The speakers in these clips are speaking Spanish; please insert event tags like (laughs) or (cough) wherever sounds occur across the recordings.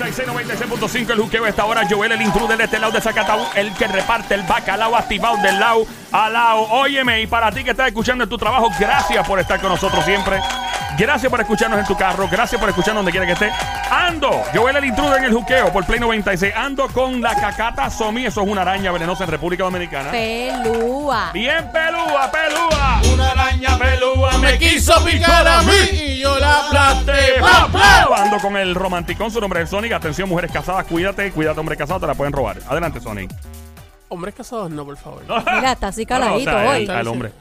96.5 el juqueo esta hora. Joel, el intruder de este lado de Zacatau, el que reparte el bacalao activado del lado a lado. Óyeme, y para ti que estás escuchando en tu trabajo, gracias por estar con nosotros siempre. Gracias por escucharnos en tu carro. Gracias por escucharnos donde quiera que esté. Ando, Joel, el intruder en el juqueo por Play 96. Ando con la cacata Somi. Eso es una araña venenosa en República Dominicana. Pelúa. Bien pelúa, pelúa. Una araña pelúa me quiso picar a mí y yo la aplasté. ¡Pau, pau! Ando con el romanticón, su nombre es Sonic. Atención, mujeres casadas, cuídate, cuídate, hombre casado, te la pueden robar. Adelante, Sonic. Hombres casados no, por favor. Mira, está así caladito No, no, o sea, hoy. él- al hombre.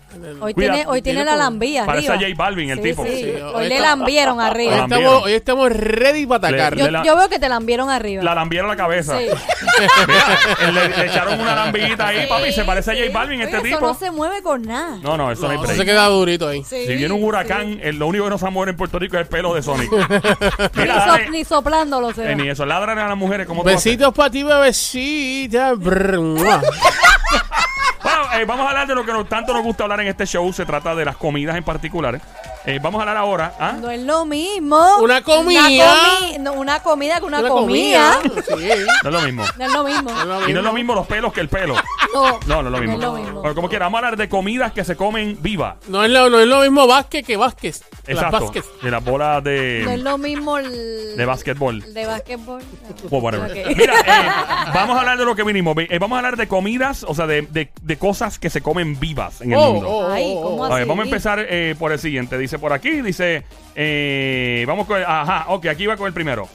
Hoy Cuida- tiene, hoy tiene tiene la como- lambía Parece arriba. a J Balvin, el Sí, tipo. sí, Sí, Hoy hoy le está- lambieron Hoy arriba. estamos, hoy estamos ready para atacar. Le- Yo, de la- yo veo que te lambieron arriba. La lambieron la cabeza. (laughs) Sí. Mira, le, le echaron una lambillita ahí, papi. Se parece a Sí, J sí. Balvin este Oye, tipo. Eso no se mueve con nada. No, no, eso no, hay No, break. se queda durito ahí. Sí, Si viene un huracán, sí. eh, lo único que no se va a mover en Puerto Rico es el pelo (laughs) de Sonic. Ni, Mira, so- dale, ni soplándolo se eh, ve. ni eso. Ladran a las mujeres como tú haces. Besitos para ti, bebecita. (laughs) Brr, mua. Bueno, eh, vamos a hablar de lo que nos- tanto nos gusta hablar en este show. Se trata de las comidas en particular. eh. Eh, vamos a hablar ahora. ¿ah? No es lo mismo. Una comida. Una, comi- no, una comida que una, comida. Sí. No es lo mismo. (laughs) No es lo mismo. Y no es lo mismo los pelos que el pelo. No, No, no es lo mismo. No es lo mismo. Pero como quiera, vamos a hablar de comidas que se comen viva. No es lo, no es lo mismo Vázquez que Vázquez. Las Exacto. Vázquez. De las bolas de, No es lo mismo el... de básquetbol. De básquetbol. Well, whatever. Ok. Mira, eh, vamos a hablar de lo que vinimos. Ve- eh, vamos a hablar de comidas, o sea, de, de- de cosas que se comen vivas en el Oh, mundo. oh. Ay, ¿cómo A ver, así? vamos a empezar eh, por el siguiente. Dice por aquí, dice, eh, vamos con, el- ajá, ok, aquí va con el primero.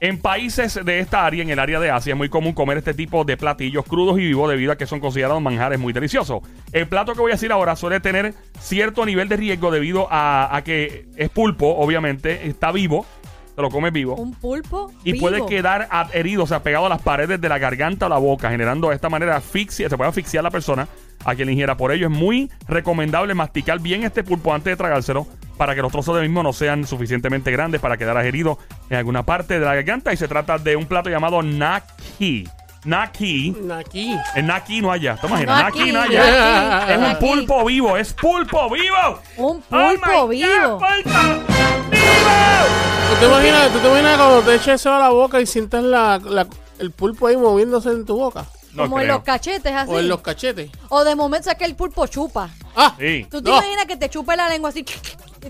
En países de esta área, en el área de Asia, es muy común comer este tipo de platillos crudos y vivos debido a que son considerados manjares muy deliciosos. El plato que voy a decir ahora suele tener cierto nivel de riesgo debido a, a que es pulpo, obviamente, está vivo, te lo comes vivo. Un pulpo Y vivo. puede quedar adherido, o sea, pegado a las paredes de la garganta o la boca, generando de esta manera asfixia, se puede asfixiar la persona a quien ingiera. Por ello es muy recomendable masticar bien este pulpo antes de tragárselo para que los trozos de mismo no sean suficientemente grandes para quedar adherido en alguna parte de la garganta. Y se trata de un plato llamado naki. Naki. Aquí. El naki no allá. ¿Te No imaginas? aquí, naki no no allá. aquí, Es no un aquí. pulpo vivo, es pulpo vivo. Un Oh my pulpo God, vivo. pulpo vivo. ¿Tú te imaginas, tú te imaginas cuando te eches eso a la boca y sientas la, la- el pulpo ahí moviéndose en tu boca? No como en creo. los cachetes así. O en los cachetes. O de momento es que el pulpo chupa. Ah, Sí. ¿Tú te No. imaginas que te chupe la lengua así?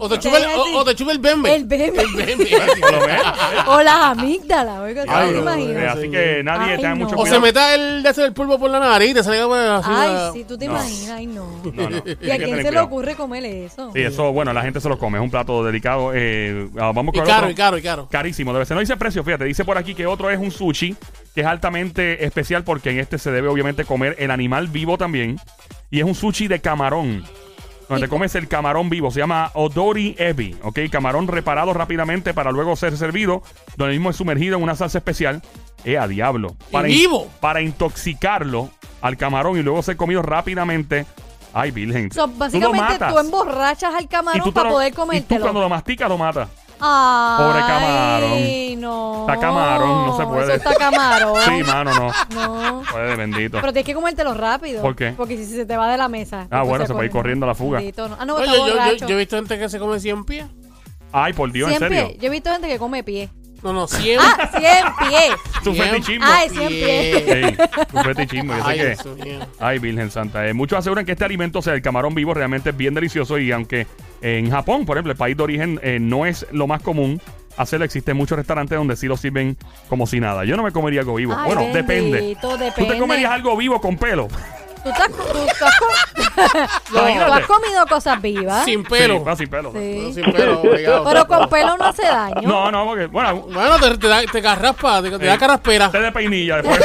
o te chupa el, deja así? o, o te chupa el bembe. El bembe. Por lo menos. o las amígdalas. Oiga, ¿tú te Diablo, Eh, imaginas? así que nadie Ay, tenga no. mucho (laughs) O cuidado. se meta el de ese el pulpo por la nariz y te salga por así. Ay, la- sí, tú te No. imaginas. Ay, no. No, ¿Y a no. Hay que quién tener se le cuidado. ocurre comer eso? Sí, eso, bueno, la gente se lo come. Es un plato delicado. Eh, ah, vamos Y con el caro, otro. y caro, y caro. Carísimo, debe ser. No dice precio, fíjate. Dice por aquí que otro es un sushi, que es altamente especial porque en este se debe, obviamente, comer el animal vivo también. Y es un sushi de camarón. Donde Y- te comes el camarón vivo, se llama Odori Ebi, ¿ok? Camarón reparado rápidamente para luego ser servido, donde mismo es sumergido en una salsa especial. ¡Eh, a diablo! Para in- vivo? Para intoxicarlo al camarón y luego ser comido rápidamente. ¡Ay, virgen! So, Tú lo básicamente tú, matas. emborrachas al Y tú camarón te para lo- poder Y tú cuando comértelo. lo masticas, lo matas. Ay, Pobre camarón. no. Está camarón, no se puede. Eso está camarón. Sí, mano, no. No. Joder, bendito. Pero tienes que comértelo rápido. ¿Por qué? Porque si se te va de la mesa. Ah, después bueno, se puede ir come. corriendo a la fuga. Bendito, no. Ah, no, No, está yo, yo- yo- borracho. yo he visto gente que se come 100 pies. Ay, por Dios, en Cien serio. pies. Yo he visto gente que come pie. No, no, 100. Ah, 100 pies. Tu Bien. fetichismo. Ay, 100 pies. Ey, tu fetichismo. Yo sé Ay, que... Dios mío. Ay, Virgen Santa. Eh, muchos aseguran que este alimento, o sea, el camarón vivo, realmente es bien delicioso. Y aunque eh, en Japón, por ejemplo, el país de origen eh, no es lo más común hacerlo, existen muchos restaurantes donde sí lo sirven como si nada. Yo no me comería algo vivo. Ay, bueno, bendito, depende. ¿Tú te depende. comerías algo vivo con pelo? ¿Tú, estás, tú, tú has, com- (laughs) No, Imagínate. ¿tú has comido cosas vivas. Sin Sí, pelo. ah, sin pelo. Sí. Sin pelo, (laughs) obligado. Pero con pelo no hace daño. No, no, porque, bueno, Bueno, te, te da, te carraspa, te, te da Sí. carraspera. Te de peinilla después.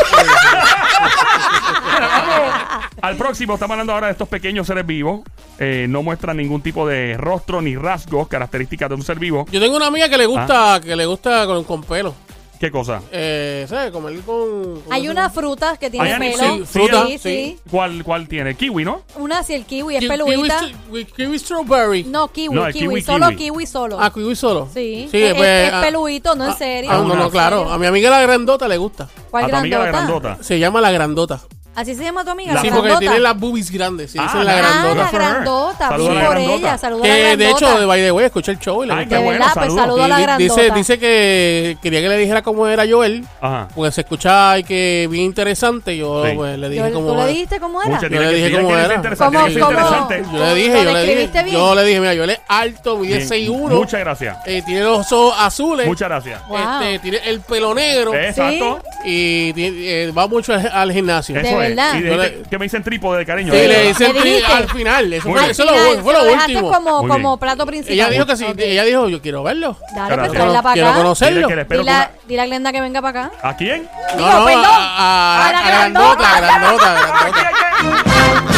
Bueno, vamos Al próximo, estamos hablando ahora de estos pequeños seres vivos. Eh, no muestran ningún tipo de rostro ni rasgos, características de un ser vivo. Yo tengo una amiga que le gusta, Ah. que le gusta con, con pelo. ¿Qué cosa? Eh, ¿sabes? Comer con. con- Hay unas frutas que tienen Hay ani- pelo. sí, fruta, sí, sí. sí. ¿Cuál, cuál tiene? Kiwi, ¿no? Una si el kiwi es Ki- peludita. Kiwi, str- wi- kiwi strawberry. No, kiwi, No, el kiwi, kiwi, solo kiwi. kiwi, solo. Ah, kiwi solo. sí, sí es, pues, es ah, peludito, no ah, en serio. ah, no, no, claro. A mi amiga la grandota le gusta. ¿Cuál a tu amiga la grandota? grandota. Se llama la grandota. Así se llama tu amiga. La- La Sí, porque grandota. tiene las boobies grandes. Sí, Ah, esa es la Ah, grandota. la grandota. Saluda a Bien la por grandota. ella. Saluda a la Que grandota. de hecho, de by the way, escuché el show y le Ay, gusta. qué De bueno, verdad, pues saludos. saluda a la Y di- grandota. dice, dice que quería que le dijera cómo era Joel, Ajá. porque se escuchaba y que bien interesante. Yo Sí. pues, le Yo- dije ¿Tú cómo le era. dijiste cómo era? Mucha- Tiene yo que- le dije tiene cómo que ser era. interesante, tiene que ser interesante. Yo le dije, yo ¿Lo le describiste dije, bien? yo le dije, mira, Joel es alto, mide Bien. 6'1", Muchas gracias. eh, tiene los ojos azules, Muchas gracias. Eh, Wow. este, tiene el pelo negro Exacto. y tiene- eh, va mucho al, al gimnasio. Es- Eso verdad. es. Y de- Yo le- que- que me dicen trípode, cariño. Sí, Eso. le dicen Me dijiste. al final, eso, Muy fue, bien. eso lo- Final, fue se lo dejaste último. como, Muy bien. como plato principal. Ella dijo que sí, Ok. ella dijo, yo quiero verlo. Dale, Gracias. pues Quiero- traerla quiero para acá. conocer- Dile hacerlo. que le espero Dile a- con- dile a Glenda que venga para acá. ¿A quién? No, Digo, no, perdón, a, a- a la a grandota, (laughs) a grandota, a grandota.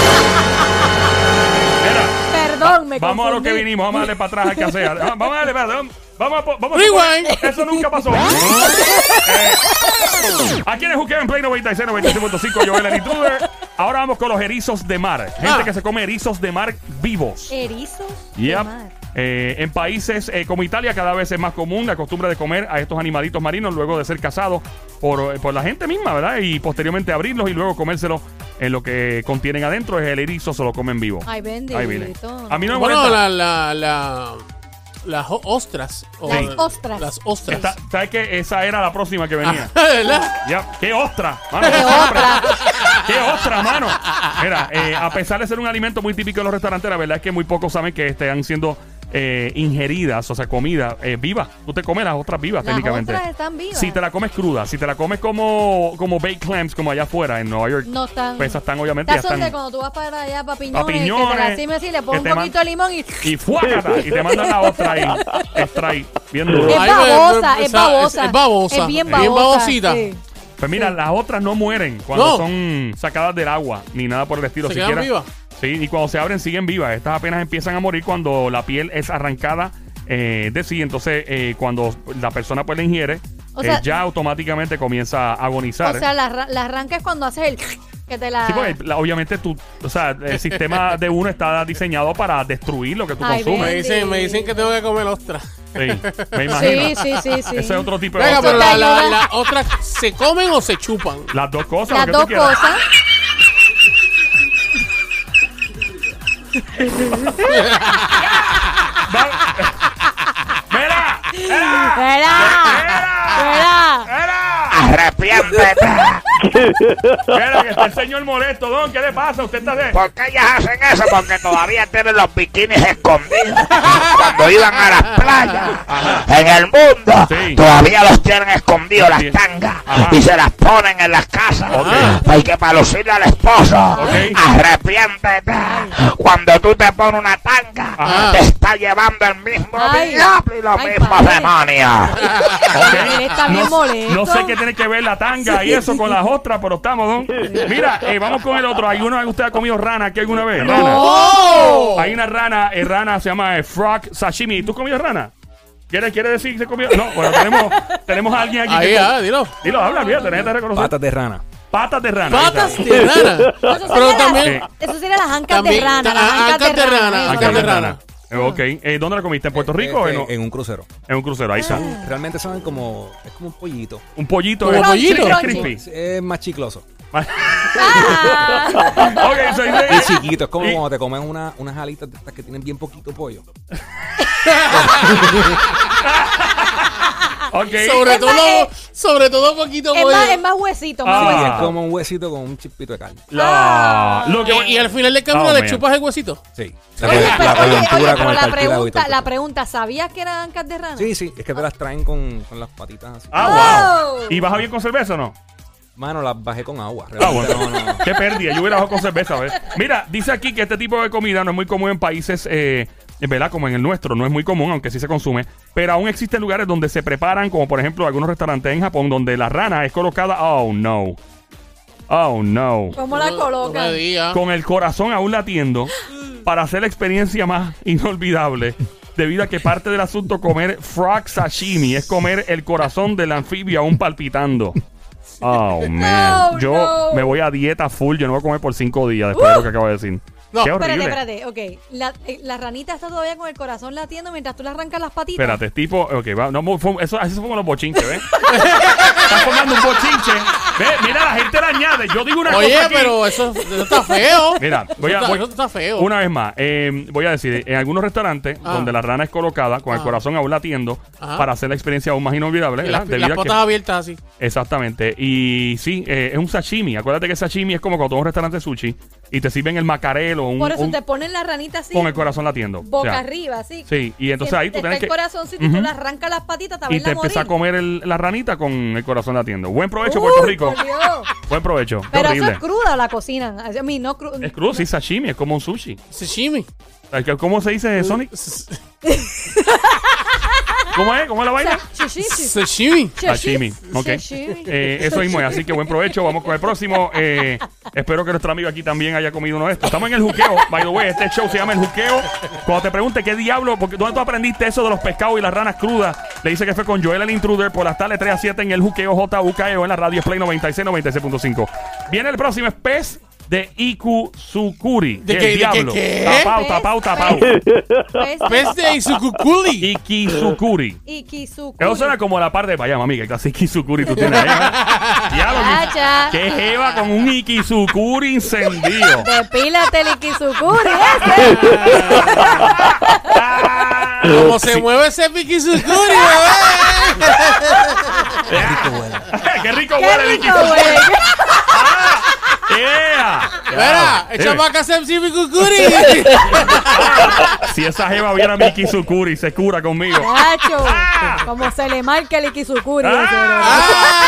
Mira, Perdón, (laughs) me vamos a lo que confundí. vinimos, vamos a darle para atrás al que hacer. Ah, Vamos a darle para atrás. Vamos a po- vamos a Rewind. Eso nunca pasó. Eh, Aquí en Juqueo en Play 96, 96.5, Joel el Intruder. Ahora vamos con los erizos de mar. Gente Ah. que se come erizos de mar vivos. Erizos. de Yep. mar. Eh, en países eh, como Italia cada vez es más común la costumbre de comer a estos animalitos marinos luego de ser cazados por, eh, por la gente misma, ¿verdad? Y posteriormente abrirlos y luego comérselos en lo que contienen adentro. Es el erizo, se lo comen vivo. Ay, bendito. Ahí viene. A mí no me Bueno, molesta. la, la, la, las o- ostras. o- Las ostras. Las ostras. Está- ¿Sabes qué? Esa era la próxima que venía. (laughs) Ah. ¿Verdad? Ya, (laughs) ¡Qué ostra! Mano, ¡Qué otra! (laughs) ¡Qué ostra, mano! Mira, eh, a pesar de ser un alimento muy típico de los restaurantes, la verdad es que muy pocos saben que están siendo eh, ingeridas, o sea, comida eh, viva. Tú te comes las ostras vivas, Las técnicamente. ostras están vivas. Si te la comes cruda, si te la comes como, como baked clams, como allá afuera en Nueva York, No están. pues esas están obviamente ya Estas son de están. cuando tú vas para allá, papiñones. Papiñones, Que te la cimes y le que pones te un man- poquito de limón y. Y fuácata, y te mandan la (laughs) ostra ahí, extra ahí, bien duro. Es Ay, babosa, es pero- o sea, babosa. es- es babosa. Es bien Bien babosa. babosita. sí. Pues mira, las otras no mueren cuando No. son sacadas del agua, ni nada por el estilo. Se siquiera. quedan vivas. Sí, y cuando se abren siguen vivas. Estas apenas empiezan a morir cuando la piel es arrancada eh, de sí. Entonces, eh, cuando la persona pues la ingiere, O eh, sea- ya automáticamente comienza a agonizar. O sea, la, arran- la arranca es cuando haces el. Que te la. Sí, porque la- obviamente tú, o sea, (laughs) el sistema de uno está diseñado para destruir lo que tú Ay, consumes. Me dicen, me dicen que tengo que comer ostras. Sí, me imagino. sí, sí, sí, sí. Ese es otro tipo de Venga, cosa. pero te la- la- ayuda. las ostras, ¿se comen o se chupan? Las dos cosas. Las lo que tú dos quieras. cosas. Va- ¡Mira! ¡Mira! ¡Verá! ¡Mira! Arrepiéntete. Mira, que está el señor molesto, don. ¿Qué le pasa? Usted está de... ¿Por qué ellas hacen eso? Porque todavía tienen los bikinis escondidos. Cuando iban a las playas en el mundo, Sí. todavía los tienen escondidos las Bien. tangas Ajá. y se las ponen en las casas. Ok. Hay que para lucirle al esposo. Ok. Arrepiéntete. Cuando tú te pones una tanga, Ajá. te está llevando el mismo Ay. diablo y los Ay, mismos padre. demonios. Ok. Ah, Él está bien no, molesto. no sé qué tiene que ver la tanga y eso con las ostras, pero estamos, don. Mira, eh, vamos con el otro. ¿Hay uno que usted ha comido rana aquí alguna vez? Rana. ¡Oh! Hay una rana, eh, rana se llama eh, frog sashimi. ¿Tú comías rana? ¿Quiere, quiere decir que se comió? No, bueno, tenemos, tenemos a alguien aquí. Ahí, que- ah, dilo. Dilo, habla, bien, tenés que reconocer. Patas de rana. Patas de rana. Patas ahí está. de rana. Eso sería Pero las- también, Eso sería las ancas de También, rana. ta- Las ancas, de rana. eso. ancas de rana. Eh, ok, Eh, ¿dónde la comiste? ¿En Puerto Rico o en, Este, en un crucero. en un crucero? Ahí está. Realmente saben como. Es como un pollito. Un pollito. Como eh, pollito. es crispy. Es, es más chicloso. Ah. ok, so dice- Es chiquito. Es como Eh. Y- cuando te comes una- unas alitas de estas que tienen bien poquito pollo. Ok. sobre Es más, todo, es- sobre todo poquito Es más, pollo. es más huesito, más Ah. Y huesito. es como un huesito con un chispito de carne. La- Ah. Lo que, Y, y al final del camino Oh, le man. chupas el huesito. Sí. Oye, La- pero, la oye, coyuntura oye, pero con el la cartílago y todo pregunta, la esto. pregunta, ¿sabías que eran ancas de rana? Sí, sí. Es que te las traen con, con las patitas así. Ah, wow. Oh. ¿Y baja bien con cerveza o no? Mano, las bajé con agua. Ah, Realmente bueno. no, no. Qué pérdida. Yo hubiera bajado con cerveza, ¿ves? Mira, dice aquí que este tipo de comida no es muy común en países, eh, ¿verdad? Como en el nuestro. No es muy común, aunque sí se consume. Pero aún existen lugares donde se preparan, como por ejemplo algunos restaurantes en Japón, donde la rana es colocada. Oh, no. Oh, no. ¿Cómo la No me colocan? digas. Con el corazón aún latiendo para hacer la experiencia más inolvidable. Debido a que parte del asunto comer frog sashimi es comer el corazón del anfibio aún palpitando. Oh, man. (laughs) No, yo no. me voy a dieta full. Yo no voy a comer por cinco días después de lo que acabo de decir. No, Qué horrible. Espérate, espérate, ok. La, eh, la ranita está todavía con el corazón latiendo mientras tú le arrancas las patitas. este (laughs) Espérate, es tipo. Ok, va. No, mu- fue- eso, así se fueron los bochinches, ¿ves? Estás formando un bochinche Ve, mira, la gente la añade. Yo digo una Oye, cosa aquí. pero eso, eso está feo. (laughs) Mira, voy a- eso, está, voy- eso está feo. Una vez más, eh, voy a decir, en algunos restaurantes Ah. donde la rana es colocada con el Ah. corazón aún latiendo Ajá. para hacer la experiencia aún más inolvidable. Y ¿verdad? las, Debido las a que- patas abiertas así. Exactamente. Y sí, eh, es un sashimi. Acuérdate que sashimi es como cuando tú vas a un restaurante de sushi y te sirven el macarelo un, Por eso un- te ponen la ranita así, con el corazón latiendo. boca O sea, arriba, así. Sí, y entonces ahí tú está tienes el que- corazoncito y Ujú. tú le arrancas las patitas, te Y vas te a empieza a morir. comer el- la ranita con el corazón latiendo. Buen provecho, Uy, Puerto Rico. por Dios. Buen provecho. Qué Pero eso horrible. es cruda o la cocinan. A mí no cru- Es crudo, sí, sashimi, es como un sushi. Sashimi. Es que- ¿Cómo se dice, Sonic? ¿Cómo es? ¿Cómo es la O vaina? sea, shishi- Sashimi. Sashimi. Ok. Sashimi. Eh, eso mismo es. (laughs) Así que buen provecho. Vamos con el próximo. Eh, espero que nuestro amigo aquí también haya comido uno de estos. Estamos en el juqueo. By the way, este show se llama El Juqueo. Cuando te pregunte qué diablo, porque, ¿dónde tú aprendiste eso de los pescados y las ranas crudas? Le dice que fue con Joel el Intruder por las tardes 3 a 7 en el juqueo JUKEO E en la radio Play 96, 96.5. Viene el próximo, es pez de Iku Sukuri. ¿De El qué- de qué- diablo. qué? Tapau, Pez, tapau, tapau. pez. Pues, Pez de (laughs) Izukuculi. Iki Sukuri. Ikizukuri. Eso suena como la parte de allá, mami, que casi Ikizukuri tú tienes (laughs) ahí. ¿eh? Diablo, Chacha. que que jeva con un (laughs) Ikizukuri incendio. Depílate el (laughs) Ikizukuri ese. Ah, Como se mueve ese Pikizukuri, (laughs) bebé. (laughs) ¡Qué rico Qué huele el rico, Ikizukuri! güey. ¡Ea! Mira, Diablo. echa Eh, para acá ese Pikizukuri. (laughs) Si esa jeva viera a mi Ikizukuri, se cura conmigo. Nacho, (laughs) Ah. como se le marca el Ikizukuri ese, ¿verdad? ¡Ah! (laughs)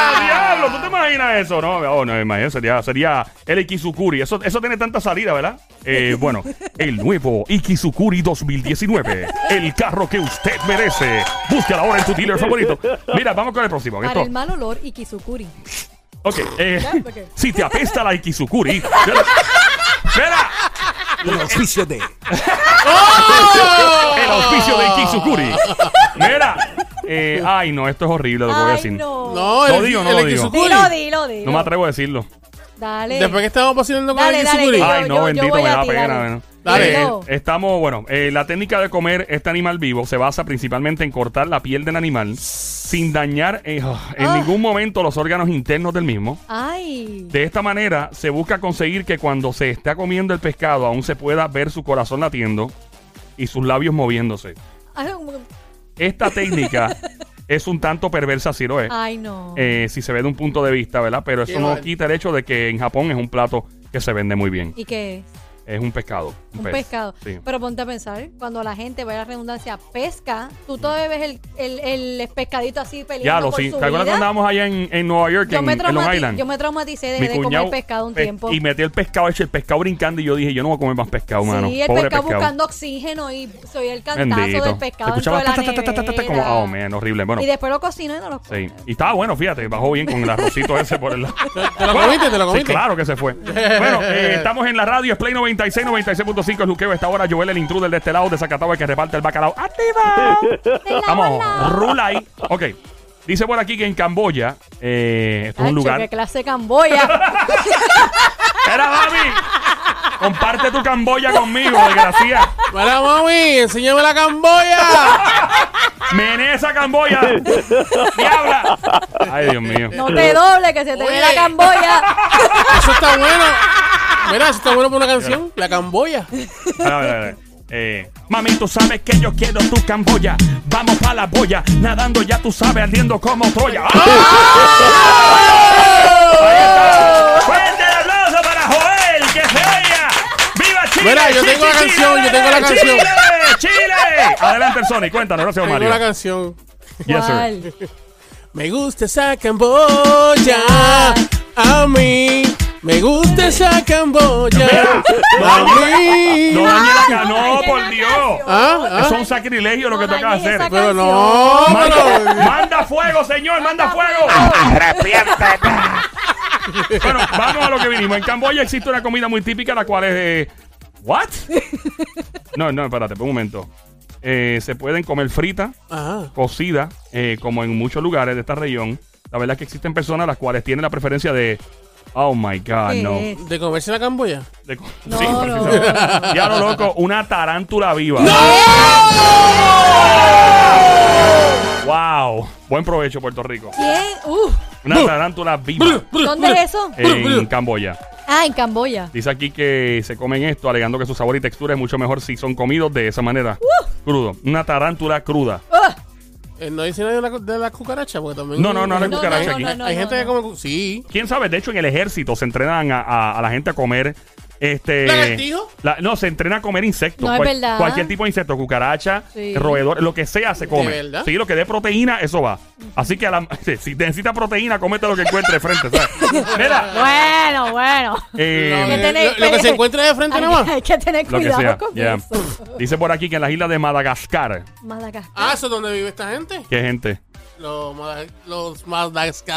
Ah. ¡Diablo! ¿Tú te imaginas eso? No, oh, no, imagínate, sería, sería el Ikizukuri. Eso, eso tiene tanta salida, ¿verdad? Eh, bueno, el nuevo Ikizukuri 2019. El carro que usted merece. Búscala ahora en tu dealer favorito. Mira, vamos con el próximo. Para Esto- el mal olor, Ikizukuri. Ok, eh, Ya, ok. (laughs) si te apesta la Ikizukuri. ¡Espera! Los oficios de. ¡Oh! El auspicio de Ikizukuri. Mira. eh, ay, no, esto es horrible lo que voy a Ay, decir. no. No. No, Lo el, digo, no el lo digo. Ikizukuri. Dilo, dilo, dilo. me atrevo a decirlo. Dale. Después que estamos paseando con Dale, el dale, Ikizukuri. yo- Ay, no, yo bendito, voy me a da ti, pena. dale. bueno. Dale. Eh, No. estamos, bueno, eh, la técnica de comer este animal vivo se basa principalmente en cortar la piel del animal sin dañar eh, oh, en Ah. ningún momento los órganos internos del mismo. Ay. De esta manera se busca conseguir que cuando se está comiendo el pescado aún se pueda ver su corazón latiendo y sus labios moviéndose. Ay, como- Esta (laughs) técnica es un tanto perversa, si lo es. Ay, no. eh, si se ve de un punto de vista, ¿verdad? Pero eso Qué no mal. quita el hecho de que en Japón es un plato que se vende muy bien. ¿Y qué es? Es un pescado. Un pez. pescado. Sí. Pero ponte a pensar, cuando la gente, vaya la redundancia, pesca, tú todavía ves el, el, el pescadito así peleando Ya lo por sí. su ¿Te acuerdas vida? cuando andábamos allá en, en Nueva York, yo en, me, en Long traumati- Island? yo me traumaticé, dejé de cuñado comer pescado un pe- tiempo. Y metí el pescado hecho el pescado brincando y yo dije, yo no voy a comer más pescado, mano. Sí, el Pobre pescado, pescado. buscando oxígeno y soy el cantazo Bendito. del Se pescado dentro escuchaba de la ta, ta, ta, ta, ta, ta, ta, como, nevera. oh, man, horrible. Bueno, Y después lo cocino y no lo como. sí. Y estaba bueno, fíjate, bajó bien con el arrocito ese por el lado. ¿Te lo comiste? ¿Te lo Sí, comiste? claro que se fue. Bueno, eh, estamos en la radio, es Play 96, 96.5, es Luqueo. Esta hora, Joel, el intruder de este lado, de Zacatau, el que reparte el bacalao. ¡Activa! Vamos, rula ahí. Ok. Dice por aquí que en Camboya, eh, esto es Tacho, un qué lugar. clase de camboya. ¡Era, mami! Comparte tu Camboya conmigo, desgracia. Mira, mami, enséñame la camboya. Mené esa Camboya. ¡Diabla! Ay, Dios mío. No (laughs) te doble que se te ve Oye. la camboya. Eso está bueno. Mira, eso está bueno para una canción. La camboya. A ver, a ver, a ver. Eh, mami, tú sabes que yo quiero tu camboya. Vamos pa' la boya. Nadando ya tú sabes, ardiendo como (laughs) Troya. ¡Ah! Ahí está. Fuerte el aplauso para Joel, que se oiga. ¡Viva Chile! Mira, yo ¡Sí, tengo sí, la sí! canción, yo ¡Dale, tengo la dale, canción. ¡Chile! ¡Chile! Adelante el Sony, cuéntanos, gracias Tengo Mario. la canción. (laughs) Yes, sir. ¿Cuál? Me gusta esa camboya. A mí. Me gusta esa camboya. A mí. No dañe la ca- no, dañe por la Dios. canción. Ah, Es ah. un sacrilegio lo que No te acabas de dañes hacer. esa Pero no, Manda, pero. manda fuego, señor, manda fuego. Arrepiéntete. Bueno, vamos a lo que vinimos. En Camboya existe una comida muy típica, la cual es de. ¿What? No, no, espérate, un momento. Eh, se pueden comer frita, Ajá. cocida, eh, como en muchos lugares de esta región. La verdad es que existen personas las cuales tienen la preferencia de. Oh my God, ¿Qué no. es? ¿De comerse la camboya? De co- (laughs) No, sí, no. precisamente. Ya lo loco, una tarántula viva. ¡Wow! Buen provecho, Puerto Rico. ¿Quién? Uh, Una tarántula viva ¿Dónde es eso? Eh, en Camboya. Ah, en Camboya. Dice aquí que se comen esto alegando que su sabor y textura es mucho mejor si son comidos de esa manera. Crudo. Una tarántula cruda. Ah, Eh, No dice nadie de la, de la cucaracha, porque también. No, no, no, la hay- cucaracha aquí. no, hay no, gente no. que come. cu- Sí. ¿Quién sabe? De hecho, en el ejército se entrenan a, a- a la gente a comer. Este, ¿Lagartijo? la- no, se entrena a comer insectos. No, es verdad. Cualquier tipo de insecto, cucaracha, Sí. roedor, lo que sea se come. verdad? Sí, lo que dé proteína, eso va. Así que a la- (laughs) si te necesitas proteína, cómete lo que encuentres de frente, (laughs) ¿sabes? Mira, Bueno, bueno. eh, Hay que Lo- tener- lo- lo que se encuentra de frente Hay, nada más. hay que tener lo que cuidado sea. con yeah. eso. Dice por aquí que en las islas de Madagascar, Madagascar. Ah, eso es donde vive esta gente. ¿qué gente? Los, ma- los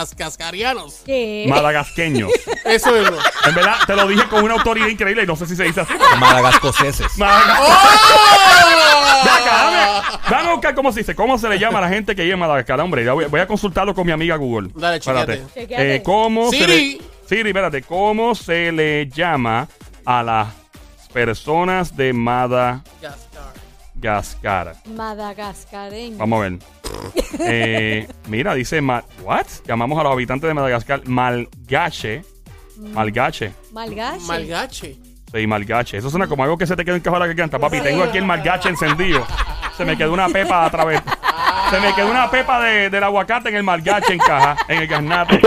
madagascarianos. ¿Qué? (laughs) Madagasqueños. Eso es. En verdad, te lo dije con una autoridad increíble y no sé si se dice así. Madagascoseses. Madagascar. Ven acá, ¡Oh! dame- Vamos a buscar cómo se dice, cómo se le llama a la gente que vive en Madagascar, hombre. ya Voy, voy a consultarlo con mi amiga Google. Dale, chequéate. Espérate. Chequéate. Eh, ¿Cómo se Siri. le- Siri, espérate. ¿Cómo se le llama a las personas de Madagascar? Gascar. Madagascareño. Vamos a ver. Eh, mira, dice ma- what? Llamamos a los habitantes de Madagascar malgache. Malgache. Malgache. Malgache. Sí, malgache. Eso suena como algo que se te quedó en la garganta. Papi, tengo aquí el malgache encendido. Se me quedó una pepa a través. Se me quedó una pepa de- del aguacate en el malgache en caja, en el gaznate.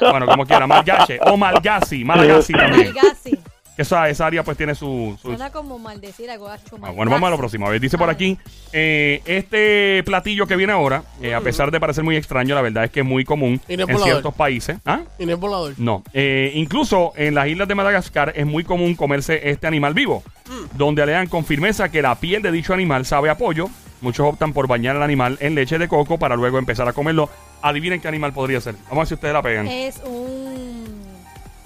Bueno, como quiera, malgache. O malgasi, malgasi también. (laughs) Malgasi. Esa, esa área pues tiene su... su- Suena como maldecir algo gacho. Ah, bueno, vamos a lo próximo. A ver, dice por aquí, eh, este platillo que viene ahora, eh, a pesar de parecer muy extraño, la verdad es que es muy común Y en no es volador. ciertos países. ¿Ah? Y no es volador. No. Eh, incluso en las islas de Madagascar es muy común comerse este animal vivo, donde alegan con firmeza que la piel de dicho animal sabe a pollo. Muchos optan por bañar al animal en leche de coco para luego empezar a comerlo. Adivinen qué animal podría ser. Vamos a ver si ustedes la pegan. Es un,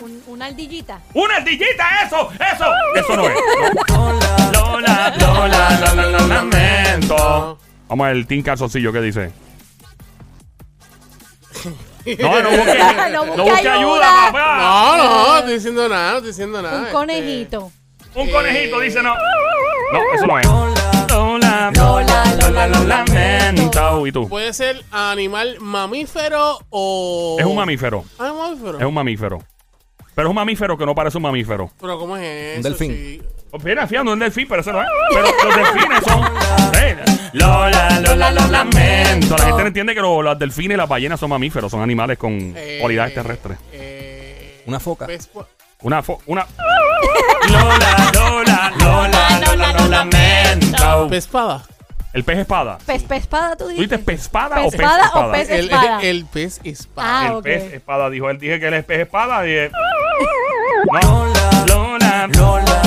un una ardillita. ¡Una ardillita! ¡Eso! ¡Eso! Eso no es. Lola, Lola, Lola, Lola, lamento. Vamos al Team Calzoncillo, ¿qué (laughs) dice? No, (laughs) no busque, No no busque busque ayuda, ayuda. papá. Ah, No, no, no estoy diciendo nada, no estoy diciendo nada. un este. conejito. Un conejito dice no. No, eso no es. Este, Lola, Lola, lo lamento. ¿Y tú? Puede ser animal mamífero o. Es un mamífero. Ah, es un mamífero. Es un mamífero. Pero es un mamífero que no parece un mamífero. Pero ¿cómo es eso? Un delfín. Sí. Oh, Mira, fíjate, no es delfín, pero ese no es. Pero los delfines son. Sí. Lola, Lola, lo lamento. La gente no entiende que lo- los delfines y las ballenas son mamíferos, son animales con Eh, cualidades terrestres. eh, Una foca. pez po- Una fo- una. Lola, Lola, Lola, Lola, lo lamento. Pespada. El pez espada. Pez, pez espada, tú ¿Tú dices dijiste. pez espada o pez Pespada o espada? pez- Es El, espada. el, el pez espada. Ah, el ok. pez espada dijo él dije que él es pez espada y él- No. Lola, Lola,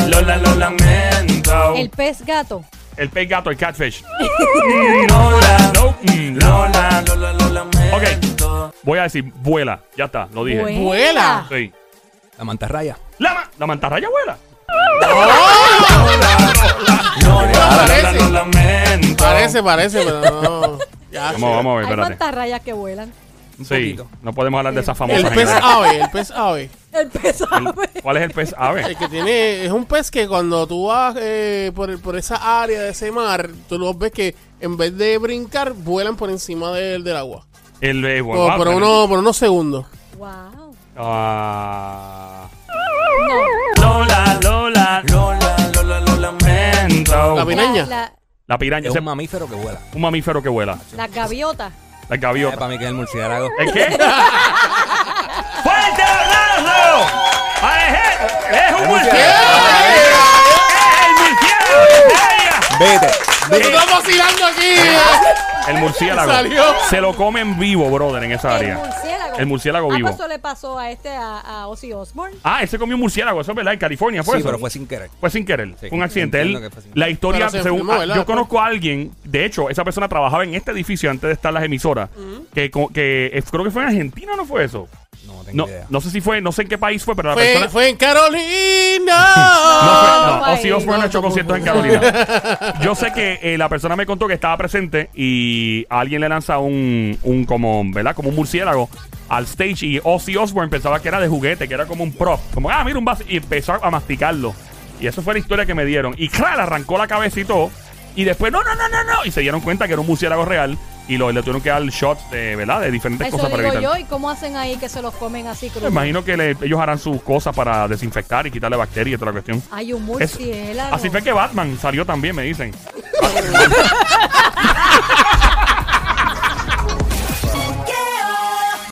Lola, lo lamento. El El, pez gato. pez gato, el catfish. Mm, Lola, no, mm, Lola, Lola, lo lamento. Ok, voy a decir vuela, ya está, lo dije. Vuela. Sí. La mantarraya. La, ma- la mantarraya vuela. Ah. parece. lo lamento. Parece, parece, (laughs) pero no. Ya, Vamos, sí. vamos a ver, Hay espérate. mantarrayas que vuelan. Un Sí, poquito. no podemos hablar de esas famosas. El en pez inglés. ave, el pez ave. El pez ave. ¿Cuál es el pez ave? El que tiene. Es un pez que cuando tú vas eh, por, el- por esa área de ese mar, tú los ves que en vez de brincar, vuelan por encima del, del agua. El eh, Por, guau, por pero- uno, por unos segundos. Wow. Ah. No. Lola, Lola, Lola, Lola, lo lamento. La La, pin- Piraña. La, piraña, Es ese- un mamífero que vuela. un mamífero que vuela. la gaviota. La Eh, gaviota. Para mí que es el murciélago. ¿El (laughs) qué? ¡Fuerte el abrazo! ¡A Eje- ¡Es un murciélago! ¡Eh! ¡Es el murciélago! Vete. ¡Pero estamos vacilando aquí! eh. (laughs) El murciélago. Salió. Se lo comen vivo, brother, en esa El área. murciélago. Ah, El murciélago Ah, vivo. pues eso le pasó a este, a, a Ozzy Osbourne. Ah, ese comió un murciélago, eso es verdad, en California fue Sí, eso. pero fue sin querer. Fue sin querer, Sí, fue un accidente. Él- entiendo que fue sin la historia, Pero se según, enfermó, ah, ¿verdad? yo conozco a alguien, de hecho, esa persona trabajaba en este edificio antes de estar en las emisoras, que, co- que eh, creo que fue en Argentina, ¿no fue eso? No tengo No, idea. no sé si fue, no sé en qué país fue, pero la Fue, persona... fue (laughs) en No, Carolina. fue, no, país. Ozzy Osbourne no ha hecho No, conciertos en Carolina. Yo sé que eh, la persona me contó que estaba presente y a alguien le lanza un, un como, ¿verdad? Como un murciélago al stage y Ozzy Osbourne pensaba que era de juguete, que era como un prop. Como, ah, mira un vaso. Y empezó a masticarlo. Y eso fue la historia que me dieron. Y claro, arrancó la cabeza y todo. Y después, no, no, no, no, no. Y se dieron cuenta que era un murciélago real. y lo, le tuvieron que dar shots de, ¿verdad? de diferentes Eso cosas para digo evitar. yo. ¿Y cómo hacen ahí que se los comen así Me crudos? imagino que le- ellos harán sus cosas para desinfectar y quitarle bacterias y toda la cuestión. Hay un Es- murciélago. así fue que Batman salió también, me dicen.